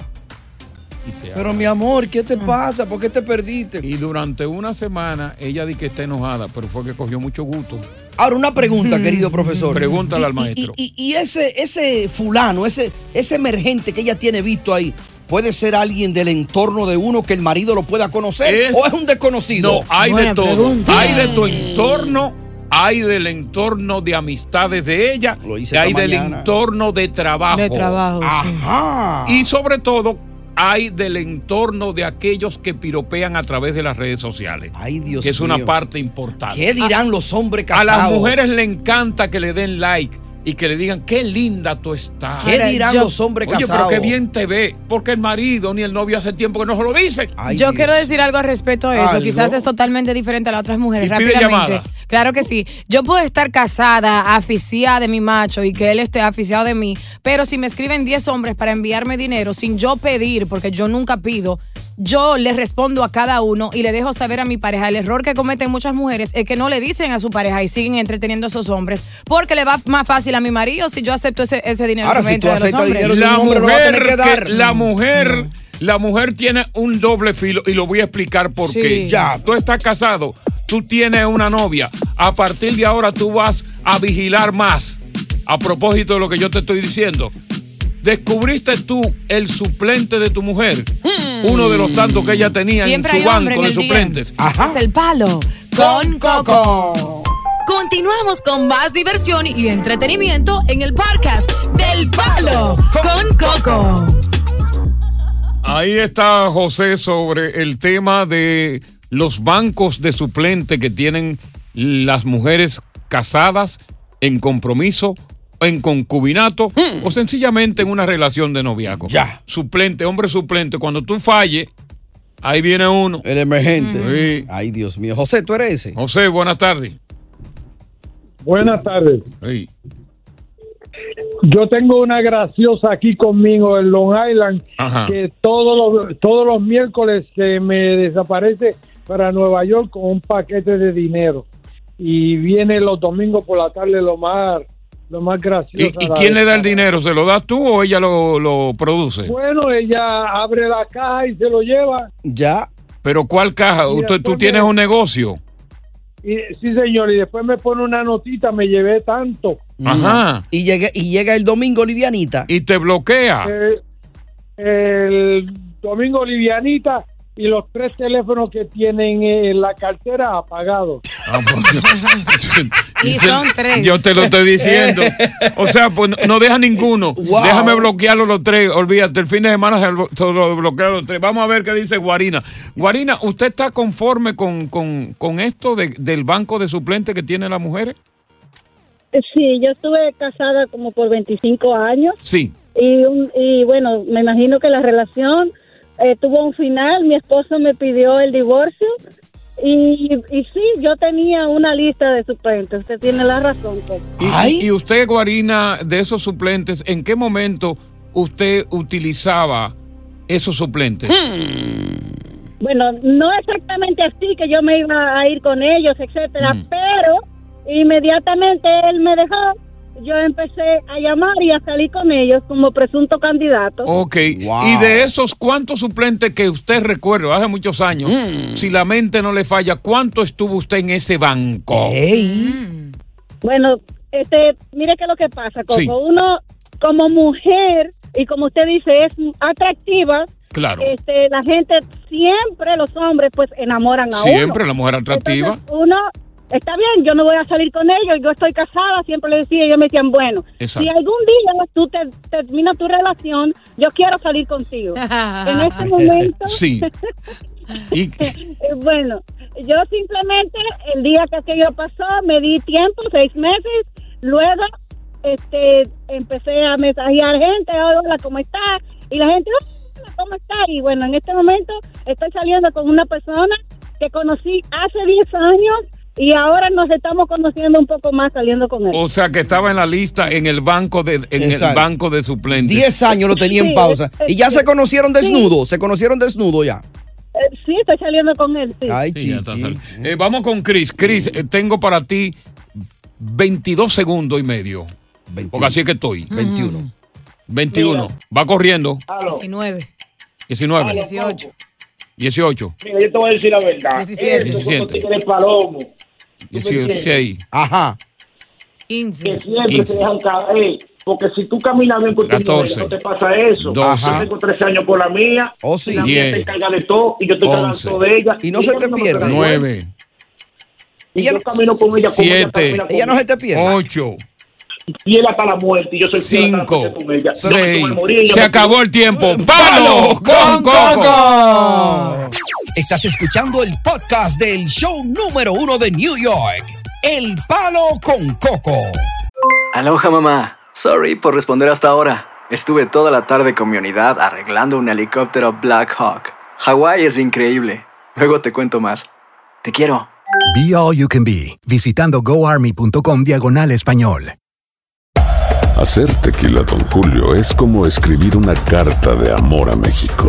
Pero mi amor, ¿qué
Mm.
te pasa? ¿Por qué te perdiste?
Y durante una semana ella di que está enojada, pero fue que cogió mucho gusto.
Ahora, una pregunta, querido profesor.
Pregúntale al
Y- y-
maestro.
Y, y ese, ese fulano, ese, ese emergente que ella tiene visto ahí, ¿puede ser alguien del entorno de uno que el marido lo pueda conocer?
Es-
¿O es un desconocido?
No, hay de todo. Hay de tu entorno, hay del entorno de amistades de ella, y
esta
hay del
mañana.
entorno de trabajo.
De trabajo, sí.
Ah.
Ajá.
Y sobre todo, hay del entorno de aquellos que piropean a través de las redes sociales.
Ay, Dios
Que es una
mío.
parte importante.
¿Qué dirán los hombres
A
casados?
las mujeres le encanta que le den like y que le digan qué linda tú estás.
¿Qué Ahora, dirán yo- los hombres
Oye,
casados?
pero qué bien te ve, porque el marido ni el novio hace tiempo que no se lo dicen.
Yo quiero decir algo al respecto a eso.
Algo.
Quizás es totalmente diferente a las otras mujeres.
Y pide
Rápidamente.
llamada.
Claro que sí. Yo puedo estar casada, aficiada de mi macho y que él esté aficiado de mí, pero si me escriben 10 hombres para enviarme dinero sin yo pedir, porque yo nunca pido, yo le respondo a cada uno y le dejo saber a mi pareja. El error que cometen muchas mujeres es que no le dicen a su pareja y siguen entreteniendo a esos hombres, porque le va más fácil a mi marido si yo acepto ese, ese dinero.
Ahora,
que me
si
entra
tú
de los
aceptas
hombres.
dinero de
La
un hombre, lo va a tener
mujer,
que dar. Mm.
que- la mujer, la mujer tiene un doble filo y lo voy a explicar por
Sí.
qué. Ya, tú estás casado, tú tienes una novia. A partir de ahora tú vas a vigilar más. A propósito de lo que yo te estoy diciendo. Descubriste tú el suplente de tu mujer. Uno de los tantos que ella tenía
Hmm. Siempre
en
hay
su
hombre
banco
en
de
el día. Este
suplentes. Ajá.
Es el palo con Coco. Continuamos con más diversión y entretenimiento en el podcast del palo con Coco.
Ahí está José sobre el tema de los bancos de suplente que tienen las mujeres casadas en compromiso, en concubinato
Hmm.
o sencillamente en una relación de noviazgo. Ya. Suplente, hombre suplente, cuando tú falles, ahí viene uno.
El emergente. Ay, Dios mío. José, tú eres ese.
José, buenas tardes.
Buenas tardes.
Sí.
Yo tengo una graciosa aquí conmigo en Long Island
Ajá.
que todos los, todos los miércoles se me desaparece para Nueva York con un paquete de dinero y viene los domingos por la tarde lo más lo más gracioso.
¿Y quién le da el dinero? ¿Se lo das tú o ella lo, lo produce?
Bueno, ella abre la caja y se lo lleva.
Ya.
Pero ¿cuál caja?
Mira,
Usted- tú
ponme-
tienes un negocio.
Y, sí, señor, y después me pone una notita, me llevé tanto.
Ajá.
Y llega, y llega el domingo livianita.
Y te bloquea.
Eh, el domingo livianita y los tres teléfonos que tienen en la cartera apagados.
Ah, Y
son tres.
Yo te lo estoy diciendo. O sea, pues no- no deja ninguno. Déjame bloquearlo los tres. Olvídate, el fin de semana se lo- se lo bloqueo los tres. Vamos a ver qué dice Guarina. Guarina, ¿usted está conforme con, con- con esto de- del banco de suplentes que tienen las mujeres?
Sí, yo estuve casada como por 25 años
Sí.
y, un- y bueno, me imagino que la relación eh, tuvo un final. Mi esposo me pidió el divorcio y, y sí, yo tenía una lista de suplentes. Usted tiene la razón. pues.
Y, y usted, Guarina, de esos suplentes, ¿en qué momento usted utilizaba esos suplentes?
Hmm.
Hmm. Bueno, no exactamente así que yo me iba a ir con ellos, etcétera,
Mm.
pero inmediatamente él me dejó. Yo empecé a llamar y a salir con ellos como presunto candidato.
Ok. Y de esos, ¿cuántos suplentes que usted recuerda hace muchos años?
Mm.
Si la mente no le falla, ¿cuánto estuvo usted en ese banco?
Bueno, este, mire que lo que pasa, Coco,
Sí.
uno como mujer y como usted dice es atractiva,
Claro.
este, la gente siempre los hombres pues enamoran a uno.
Siempre la mujer atractiva.
Entonces, uno está bien, yo no voy a salir con ellos, yo estoy casada, siempre le decía, ellos me decían, bueno,
Exacto.
si algún día tú te, terminas tu relación, yo quiero salir contigo. en este momento,
Sí. Y
eh, bueno, yo simplemente el día que aquello pasó, me di tiempo, seis meses, luego este, empecé a mensajear gente, "Ah, hola, ¿cómo está? Y la gente, "Ah, hola, ¿cómo está? Y bueno, en este momento estoy saliendo con una persona que conocí hace 10 años y ahora nos estamos conociendo un poco más saliendo con él.
o sea que estaba en la lista en el banco de en el
Exacto.
banco de suplentes.
Diez años lo tenía en
Sí,
pausa.
eh,
Y ya
sí.
se conocieron
Sí.
desnudo. Se conocieron desnudo ya.
Eh, sí, estoy saliendo con él, sí.
Ay,
Sí, ya está sal- Eh, vamos con Chris. Chris, eh, tengo para ti 22 segundos y medio. Porque así es que estoy.
21.
21. Va corriendo.
19,
19.
18.
18.
Mira, yo te voy a decir la verdad.
17.
Estos son los
17.
tigres palomos.
16.
Ajá.
Que siempre
15.
se dejan caer. Porque si tú caminas bien con tu
14.
mujer, no te pasa eso.
12.
Yo tengo 13 años con la mía.
Oh, sí.
y La mía
10.
se encarga de todo. Y yo estoy
11.
cagando de ella.
Y no se
ella
te
me
pierde.
trae
Nueve.
buena. Y yo camino con ella. como ella
Siete.
camina con
Ella no se te pierde.
8.
Fiel hasta la muerte. Y yo soy fiel hasta la
Cinco.
muerte con ella. No,
Seis.
yo me morí, ella
Se
me-
acabó el tiempo. ¡Palo con Coco!
Estás escuchando el podcast del show número uno de New York, El Palo con Coco.
Aloha mamá. Sorry por responder hasta ahora. Estuve toda la tarde con mi unidad arreglando un helicóptero Black Hawk. Hawái es increíble. Luego te cuento más. Te quiero.
Be All You Can Be, visitando goarmy.com diagonal español.
Hacer tequila, Don Julio, es como escribir una carta de amor a México.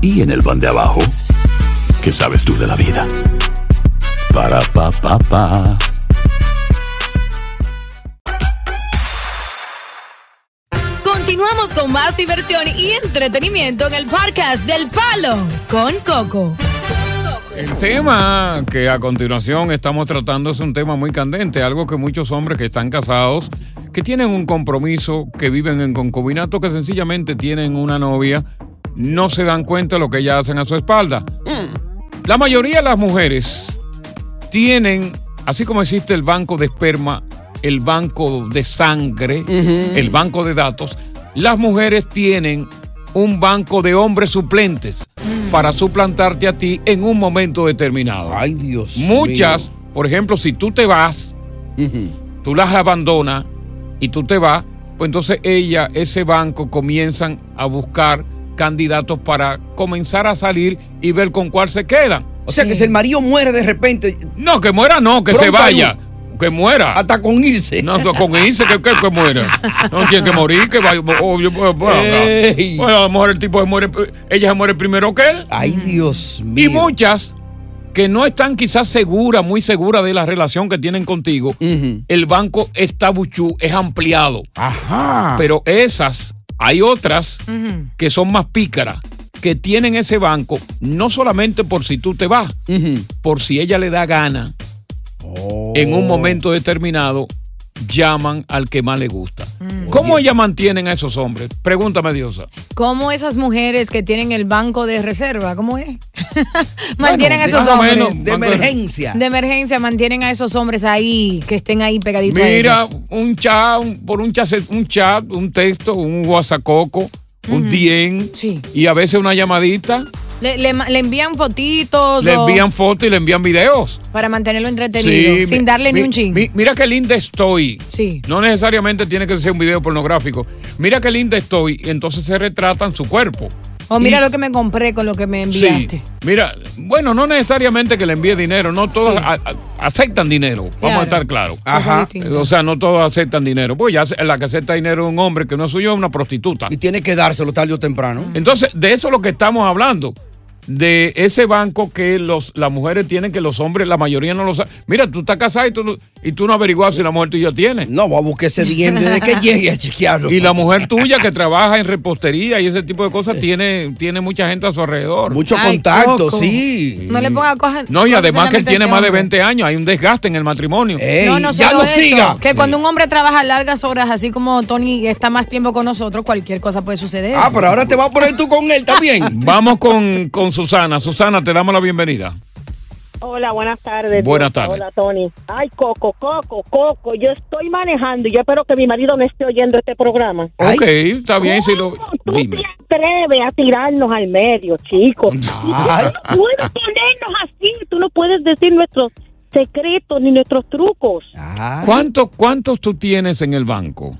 y en el pan de abajo, ¿qué sabes tú de la vida? Para, pa, pa, pa.
Continuamos con más diversión y entretenimiento en el podcast del Palo con Coco.
El tema que a continuación estamos tratando es un tema muy candente, algo que muchos hombres que están casados, que tienen un compromiso, que viven en concubinato, que sencillamente tienen una novia, no se dan cuenta de lo que ellas hacen a su espalda. La mayoría de las mujeres tienen, así como existe el banco de esperma, el banco de sangre, el banco de datos, las mujeres tienen un banco de hombres suplentes para suplantarte a ti en un momento determinado. Ay, Dios. Muchas, por ejemplo, si tú te vas, tú las abandonas y tú te vas, pues entonces ella, ese banco, comienzan a buscar candidatos para comenzar a salir y ver con cuál se quedan.
O sea, que si el marido muere de repente.
No, que muera no, que se
Pronto hay
vaya. Que muera. Hasta
con irse.
No, no, con irse, que, que, que muera. No tiene que morir, que vaya. oh, yo, bueno, acá. Bueno, a lo mejor el tipo se muere, ella se muere primero que él.
Ay, Dios
mío. Y muchas que no están quizás seguras, muy seguras de la relación que tienen contigo, el banco está buchú, es ampliado.
Ajá.
Pero esas, hay otras
Mm-hmm.
que son más pícaras, que tienen ese banco, no solamente por si tú te vas, por si ella le da gana, en un momento determinado, llaman al que más le gusta.
Mm.
¿Cómo ellas mantienen a esos hombres? Pregúntame, Diosa.
¿Cómo esas mujeres que tienen el banco de reserva, cómo es? mantienen a
Bueno,
esos
más o
hombres.
menos, De banco de- emergencia.
De emergencia, mantienen a esos hombres ahí, que estén ahí pegaditos a
Mira,
ellos.
un chat, un- por un chat, un chat, un texto, un whatsappoco, un DM y a veces una llamadita,
Le, le ma- le envían fotitos
le
o-
envían fotos y le envían videos.
para mantenerlo entretenido,
Sí,
sin
mi-
darle ni
mi-
un ching.
mi- mira qué linda estoy.
Sí.
No necesariamente tiene que ser un video pornográfico. Mira qué linda estoy. y Entonces se retratan su cuerpo.
o mira
Y-
lo que me compré con lo que me
Sí.
enviaste.
Mira, bueno, no necesariamente que le envíe dinero, no todos a- a- aceptan dinero, vamos
Claro.
a estar claros.
Cosas Ajá. distintas.
O sea, no todos aceptan dinero. Pues ya la que acepta dinero de un hombre que no es suyo es una prostituta. Y
tiene que dárselo tarde o temprano.
Entonces, de eso es lo que estamos hablando. De ese banco que los, las mujeres tienen, que los hombres, la mayoría no lo saben. Mira, tú estás casada y tú, no- y tú no averiguas si la mujer tuya tiene.
No, voy a buscar ese DM desde que llegue a chequearlo.
Y la mujer tuya que trabaja en repostería y ese tipo de cosas tiene, tiene mucha gente a su alrededor.
Mucho
Ay,
contacto,
Coco.
sí.
No le ponga cosas.
No, y
cosas
además
en la
que él
mente
tiene
a este
más de
hombre.
20 años, hay un desgaste en el matrimonio.
no, no, solo eso, Que cuando un hombre trabaja largas horas, así como Tony está más tiempo con nosotros, cualquier cosa puede suceder.
Ah, pero ahora
te vas a poner tú con él también.
Vamos con, con Susana. Susana, te damos la bienvenida.
Hola, buenas tardes.
Buenas
Dios.
tardes.
Hola, Tony. Ay, Coco, Coco, Coco. Yo estoy manejando y yo espero que mi marido no esté oyendo este programa.
ok, está bien. Si lo, dime.
Atreve a tirarnos al medio, chicos. Y tú no puedes ponernos así. Tú no puedes decir nuestros secretos ni nuestros trucos.
Ah. ¿Cuántos, ¿Cuántos tú tienes en el banco?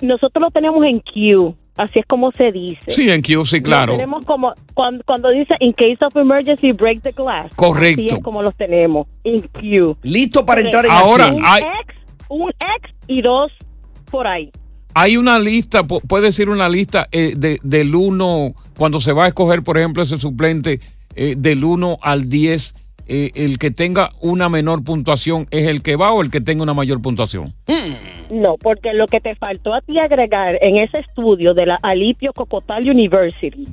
Nosotros lo tenemos en Q. Así es como se dice.
Sí, en Q, sí,
Lo
claro.
tenemos como cuando, cuando dice in case of emergency break the glass.
Correcto.
Así es como los tenemos in queue.
Listo
para entrar en Ahora, acción.
Un
hay-
ex, un ex y dos por ahí.
Hay una lista, po- puedes decir una lista eh, de, del 1, cuando se va a escoger, por ejemplo, ese suplente, eh, del 1 al 10, eh, el que tenga una menor puntuación es el que va o el que tenga una mayor puntuación. Mm.
No, porque lo que te faltó a ti agregar en ese estudio de la Alipio Cocotal University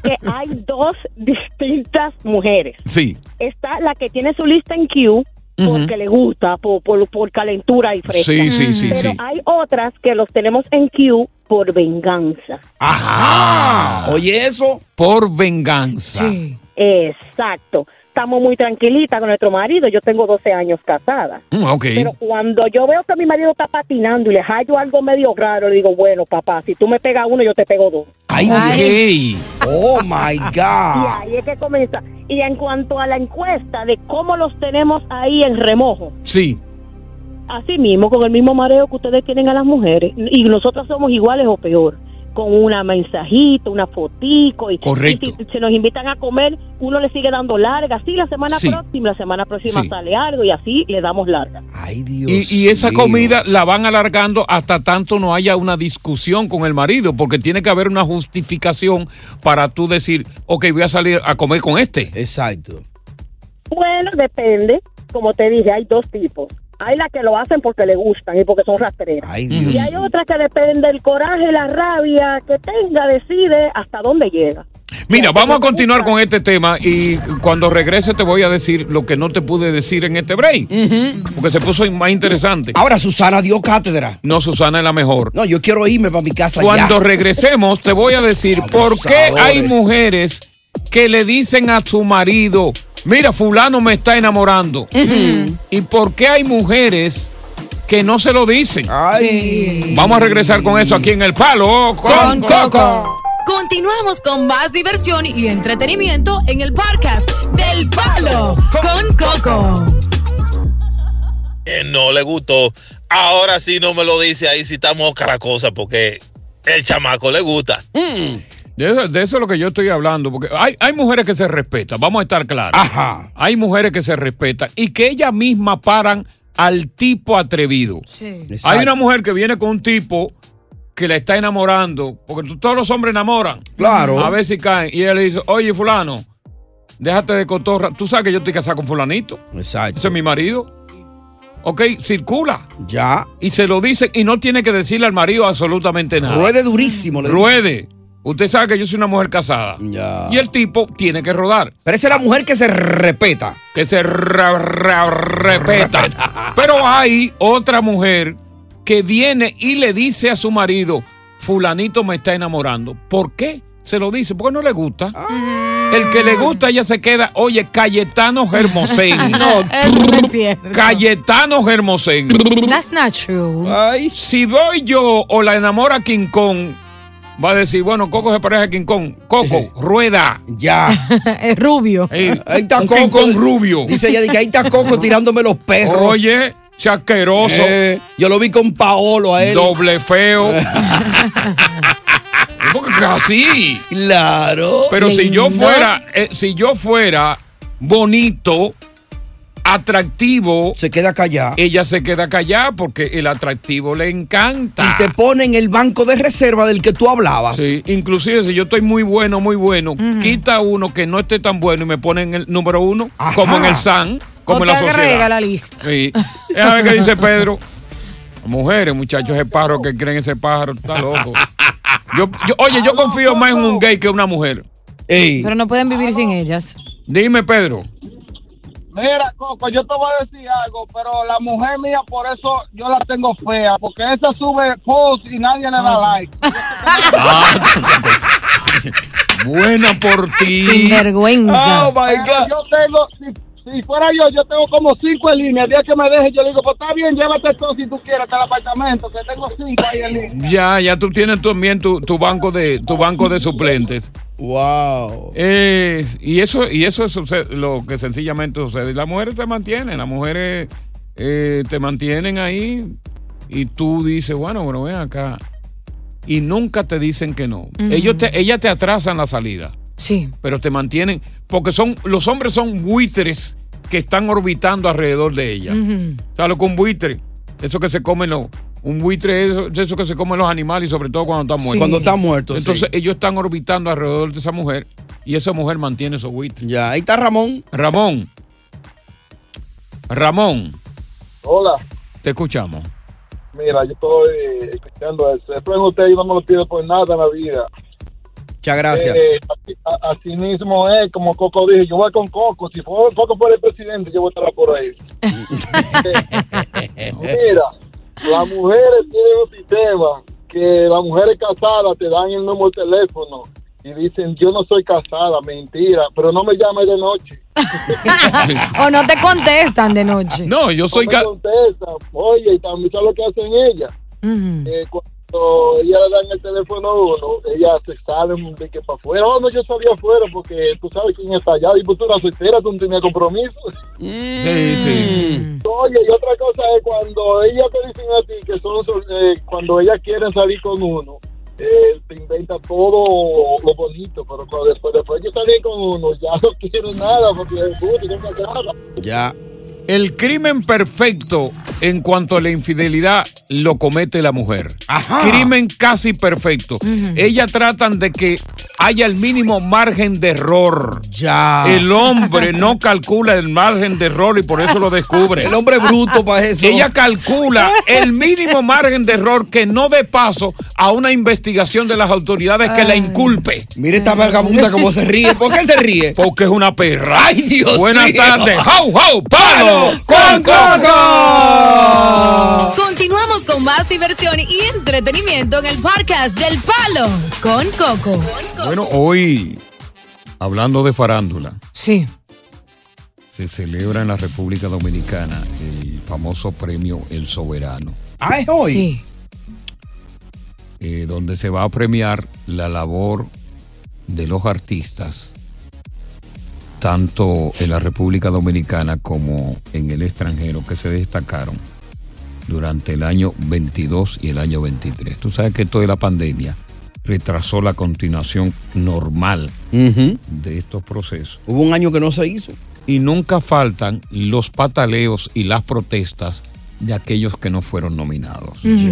que hay dos distintas mujeres.
Sí.
Está la que tiene su lista en Q porque le gusta, por, por, por calentura y fresca.
Sí, sí, sí,
Pero
sí.
hay otras que los tenemos en Q por venganza.
Ajá.
Oye, eso.
Por Ah. venganza.
Exacto. estamos muy tranquilitas con nuestro marido. Yo tengo 12 años casada.
Mm, ok.
Pero cuando yo veo que mi marido está patinando y le hallo algo medio raro, le digo, bueno, papá, si tú me pegas uno, yo te pego dos.
¡Ay,
Ay.
ok. ¡Oh, my God!
Y ahí es que comienza. Y en cuanto a la encuesta de cómo los tenemos ahí en remojo,
Sí.
así mismo, con el mismo mareo que ustedes tienen a las mujeres, y nosotras somos iguales o peor, con una mensajito, una fotico, y,
Correcto.
y si se nos invitan a comer, uno le sigue dando larga, sí, la semana
Sí.
próxima, la semana próxima
Sí.
sale algo, y así le damos larga.
Y, y esa comida la van alargando hasta tanto no haya una discusión con el marido, porque tiene que haber una justificación para tú decir, ok, voy a salir a comer con este.
Exacto.
Bueno, depende, como te dije, hay dos tipos. Hay las que lo hacen porque le gustan y porque son rastreras.
Dios.
y hay otras que depende del coraje, la rabia que tenga, decide hasta dónde llega.
Mira, vamos a continuar con este tema y cuando regrese te voy a decir lo que no te pude decir en este break, porque se puso más interesante.
Ahora Susana dio cátedra.
No, Susana es la mejor.
No, yo quiero irme para mi casa
Cuando
ya.
regresemos te voy a decir por qué hay mujeres que le dicen a su marido, mira, fulano me está enamorando. Y por qué hay mujeres que no se lo dicen. Vamos a regresar con eso aquí en El Palo con, Coco.
Continuamos con más diversión y entretenimiento en el podcast del Palo con Coco.
Eh, no le gustó. Ahora sí no me lo dice ahí si estamos caracosa porque el chamaco le gusta.
Mm. De eso, de eso es lo que yo estoy hablando, porque hay, hay mujeres que se respetan, vamos a estar claros. Hay mujeres que se respetan y que ellas mismas paran al tipo atrevido.
Exacto.
Hay una mujer que viene con un tipo que la está enamorando, porque tú- todos los hombres enamoran.
Claro.
A veces caen y ella le dice, oye fulano, déjate de cotorra. Tú sabes que yo estoy casada con fulanito.
Exacto.
Ese es mi marido. Ok, circula.
Ya.
Y se lo dice y no tiene que decirle al marido absolutamente nada.
Ruede durísimo. le digo.
Ruede. Usted sabe que yo soy una mujer casada. Y el tipo tiene que rodar.
Pero esa es la mujer que se respeta.
Que se ra- ra- respeta. Pero hay otra mujer que viene y le dice a su marido, fulanito me está enamorando. ¿Por qué? Se lo dice, porque no le gusta.
Ah.
El que le gusta, ella se queda, oye, Cayetano Germosén.
Eso no es cierto.
Cayetano Germosén.
That's not true.
Si voy yo o la enamora King Kong, va a decir, bueno, Coco se parece a King Kong. Coco, rueda.
Ya.
es rubio.
Ahí está
un
Coco.
King Kong rubio.
Dice ella, dice, ahí está Coco tirándome los perros.
Oye, chasqueroso.
Eh, yo lo vi con Eh. Paolo a él.
Doble feo. Porque es así.
Claro.
Pero si yo
Lindo.
fuera, eh, si yo fuera bonito, atractivo.
Se queda callada.
Ella se queda callada porque el atractivo le encanta.
Y te pone en el banco de reserva del que tú hablabas.
Sí, inclusive si yo estoy muy bueno, muy bueno, quita uno que no esté tan bueno y me pone en el número uno, como en el SAN, como
o
en
te
la sociedad.
agrega la lista.
Sí. Déjame ver qué dice Pedro. Mujeres, muchachos, ese pájaro que creen ese pájaro, está loco. Yo, yo- oye, yo confío más en un gay que en una mujer.
Pero no pueden vivir sin ellas.
Dime, Pedro.
Mira, Coco, yo te voy a decir algo, pero la mujer mía, por eso yo la tengo fea, porque esa sube post y nadie le da like.
Ah,
Ah,
Buena por ti. Oh, Ah,
Sinvergüenza.
Pero Yo tengo, si, si fuera yo, yo tengo como cinco en línea. El día que me deje, yo le digo, pues está bien, llévate todo si tú quieres hasta el apartamento, que tengo cinco ahí en línea.
Ya, ya tú tienes también tu, tu banco de tu banco de suplentes.
Wow.
y eso y eso es suce- lo que sencillamente sucede. Y Las mujeres te mantienen, las mujeres eh, te mantienen ahí y tú dices, bueno, bueno, ven acá. Y nunca te dicen que no.
Ujú.
Ellos te, ellas te atrasan la salida,
Sí.
pero te mantienen porque son los hombres son buitres que están orbitando alrededor de ella.
Ujú.
¿Sabes lo que un buitre? Eso que se comen los. Un buitre es eso, es eso que se comen los animales, y sobre todo cuando están
Sí.
muertos.
Cuando están muertos,
Entonces ellos están orbitando alrededor de esa mujer y esa mujer mantiene esos buitres.
Ya, ahí está Ramón.
Ramón. Ramón,
Hola,
te escuchamos.
mira, yo estoy eh, escuchando eso. Después ustedes no me lo pido por nada en la vida.
Muchas gracias.
Eh, así, a- así mismo es, como Coco dijo, yo voy con Coco. Si fue- Coco fuera el presidente, yo voy a estar por ahí. Eh, mira, las mujeres tienen un sistema que las mujeres casadas te dan el número de teléfono y dicen, yo no soy casada, mentira, pero no me llames de noche.
O no te contestan de noche.
No, yo
No me contestan. Oye, y también ¿sabes lo que hacen ellas. Eh, cuando ella le dan el teléfono a uno, ellas se salen de que para afuera. Oh, no, yo salí afuera porque tú sabes quién está allá. Y pues tú eras soltera, tú no tenías compromiso.
Sí, sí.
Oye, y otra cosa es cuando ellas te dicen a ti que son, sol- eh, cuando ellas quieren salir con uno, eh, te inventa todo lo bonito, pero cuando después, después yo salí con uno, ya no quiero nada porque puto, yo me agarro.
Ya. El crimen perfecto en cuanto a la infidelidad lo comete la mujer. Crimen casi perfecto. Ellas tratan de que haya el mínimo margen de error.
Ya.
El hombre no calcula el margen de error y por eso lo descubre.
El hombre es bruto para eso.
Ella calcula el mínimo margen de error que no dé paso a una investigación de las autoridades que la inculpe.
Mire esta vagabunda cómo se ríe. ¿Por qué se ríe?
Porque es una perra.
Ay, Dios
Buenas
mío.
tardes. ¡Jau, jau! ¡Palo!
¡Con
coco!
Continuamos con más diversión y entretenimiento en el podcast del Palo con Coco.
Bueno, hoy, hablando de farándula.
Sí.
Se celebra en la República Dominicana el famoso premio El Soberano,
Ah, es hoy.
Sí.
eh, donde se va a premiar la labor de los artistas, tanto en la República Dominicana como en el extranjero, que se destacaron durante el año 22 y el año 23. Tú sabes que esto de la pandemia retrasó la continuación normal de estos procesos.
Hubo un año que no se hizo.
Y nunca faltan los pataleos y las protestas de aquellos que no fueron nominados.
Ujú.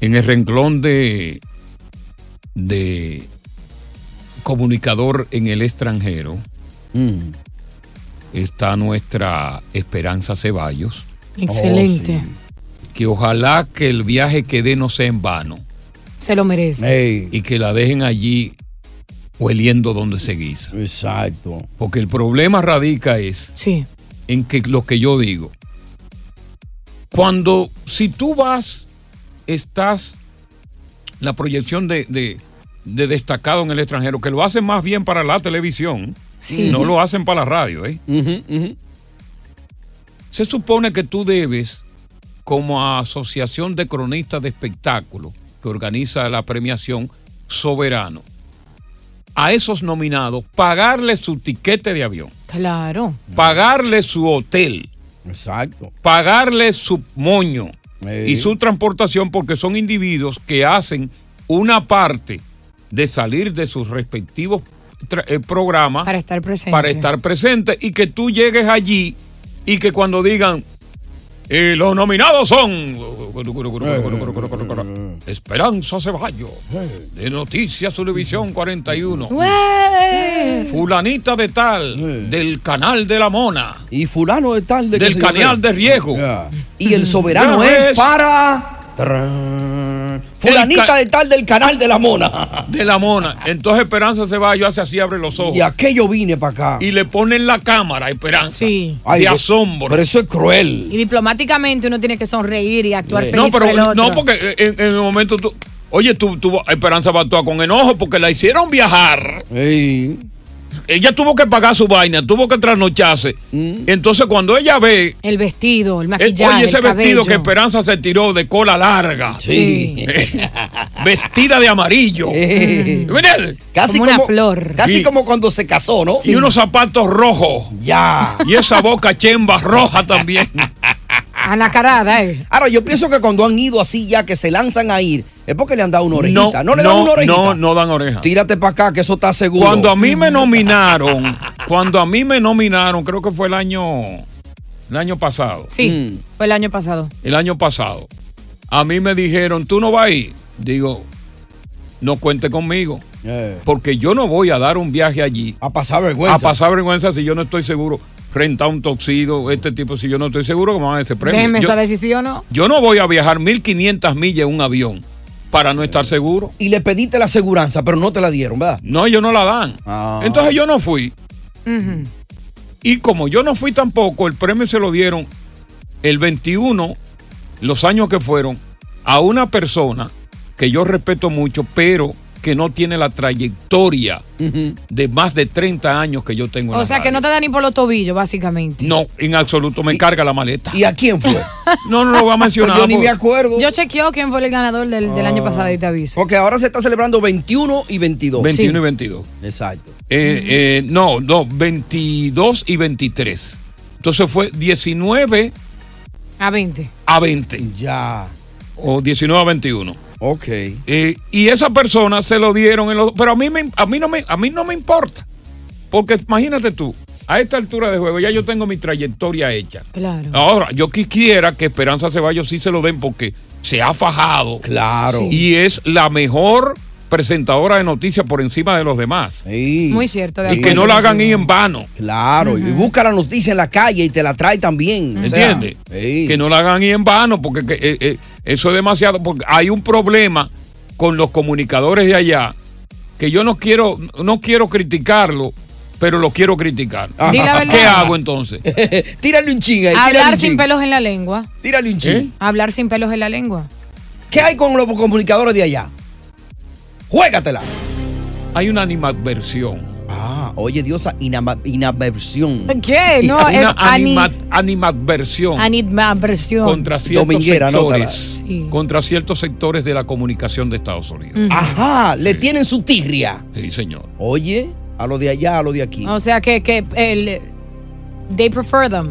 En el renglón de, de comunicador en el extranjero está nuestra Esperanza Ceballos,
Excelente.
Oh, que ojalá que el viaje que dé no sea en vano
Se lo merece.
y que la dejen allí hueliendo donde se guisa.
Exacto.
Porque el problema radica es en que lo que yo digo, cuando si tú vas, estás la proyección de, de- de destacado en el extranjero, que lo hacen más bien para la televisión,
Sí.
no lo hacen para la radio, ¿eh? Se supone que tú debes, como asociación de cronistas de espectáculo que organiza la premiación Soberano, a esos nominados pagarle su tiquete de avión,
Claro.
pagarle su hotel,
Exacto.
pagarle su moño y su transportación porque son individuos que hacen una parte de salir de sus respectivos tra- eh, programas
Para estar presente.
para estar presente y que tú llegues allí y que cuando digan eh, los nominados son Esperanza Ceballos de Noticias Televisión 41 fulanita de tal del canal de la mona
Y fulano de tal de que
del
se llama.
canal de riego
Y el soberano
Ya
es
ves.
para. Tarán. Fulanita de tal del canal de la mona.
de la mona entonces Esperanza Ceballos hace así abre los ojos
Y aquello vine para acá.
y le ponen la cámara a Esperanza
Sí.
Ay,
de
pero-
asombro
Pero eso es cruel.
Y diplomáticamente uno tiene que sonreír y actuar
Eh,
feliz
No,
por el
pero
otro.
no, porque en, en el momento tú. Oye, tú, tú- Esperanza va a actuar con enojo porque la hicieron viajar. Ella tuvo que pagar su vaina, tuvo que trasnocharse.
Mm.
Entonces, cuando ella ve.
El vestido, el
eh,
maquillaje,
Oye, ese
el
vestido
cabello.
que Esperanza se tiró de cola larga.
Sí.
Vestida de amarillo. Miren,
Casi
Como
como,
una flor.
Casi
Sí.
como cuando se casó, ¿no?
Y unos zapatos rojos.
Ya.
Y esa boca chemba roja también.
Anacarada, eh.
Ahora, yo pienso que cuando han ido así ya, que se lanzan a ir, es porque le han dado una orejita. No, le dan una orejita.
No, no dan oreja.
Tírate para acá, que eso está seguro.
Cuando a mí me nominaron, cuando a mí me nominaron, creo que fue el año, el año pasado,
Sí, fue el año pasado.
el año pasado, a mí me dijeron, tú no vas a ir. Digo, no cuente conmigo,
Eh,
porque yo no voy a dar un viaje allí
a pasar vergüenza.
a pasar vergüenza si yo no estoy seguro. Rentar un toxido, este tipo, si yo no estoy seguro que me van a dar ese premio.
Déjenme
yo,
saber si sí o no.
yo no voy a viajar 1500 millas en un avión para no
Eh.
estar seguro.
Y le pediste la aseguranza, pero no te la dieron, ¿verdad?
No, ellos no la dan.
Ah.
Entonces yo no fui.
Ujú.
Y como yo no fui tampoco, el premio se lo dieron el 21, los años que fueron, a una persona que yo respeto mucho, pero que no tiene la trayectoria de más de 30 años que yo tengo en
O
la
sea, que no te da ni por los tobillos, básicamente.
No, en absoluto. Me carga la maleta.
¿Y a quién fue?
No, no lo voy a mencionar. porque- Ah.
acuerdo.
Yo chequeo quién fue el ganador del, del año pasado y te aviso.
Porque ahora se está celebrando 21 y 22.
21 y 22.
Exacto.
Eh, eh, no, no, 22 y 23. Entonces fue 19
A 20.
a 20.
Ya.
O 19 a 21.
Ok.
y esa persona se lo dieron en los- Pero a mí, me- a, mí no me, a mí no me importa. Porque imagínate tú, a esta altura de juego ya yo tengo mi trayectoria hecha.
Claro.
Ahora, yo quisiera que Esperanza Ceballos sí se lo den porque se ha fajado.
Claro. Sí.
Y es la mejor presentadora de noticias por encima de los demás.
Muy cierto. De
Y que
acuerdo.
no la hagan ir en vano.
Claro, y busca la noticia en la calle y te la trae también. o sea,
¿Entiendes? Que no la hagan y en vano, porque que, eh, eh, eso es demasiado. Porque hay un problema con los comunicadores de allá que yo no quiero, no quiero criticarlo, pero lo quiero criticar.
Di la verdad.
¿Qué hago entonces?
Eh, tírale un chinga.
Hablar sin pelos en la lengua. ¿Eh?
Tírale un chin.
Hablar sin pelos en la lengua.
¿Qué hay con los comunicadores de allá? Juégatela.
Hay una animadversión.
Ah, oye, diosa, inama- inadversión.
¿Qué? No,
Una
es ani-
anima- animadversión.
animadversión.
contra ciertos
Dominguera,
sectores,
anótala.
contra ciertos sectores de la comunicación de Estados Unidos.
Ujú.
Ajá, le tienen su tigria.
Sí, señor.
Oye, a lo de allá, a lo de aquí.
O sea, que, que el, they prefer them.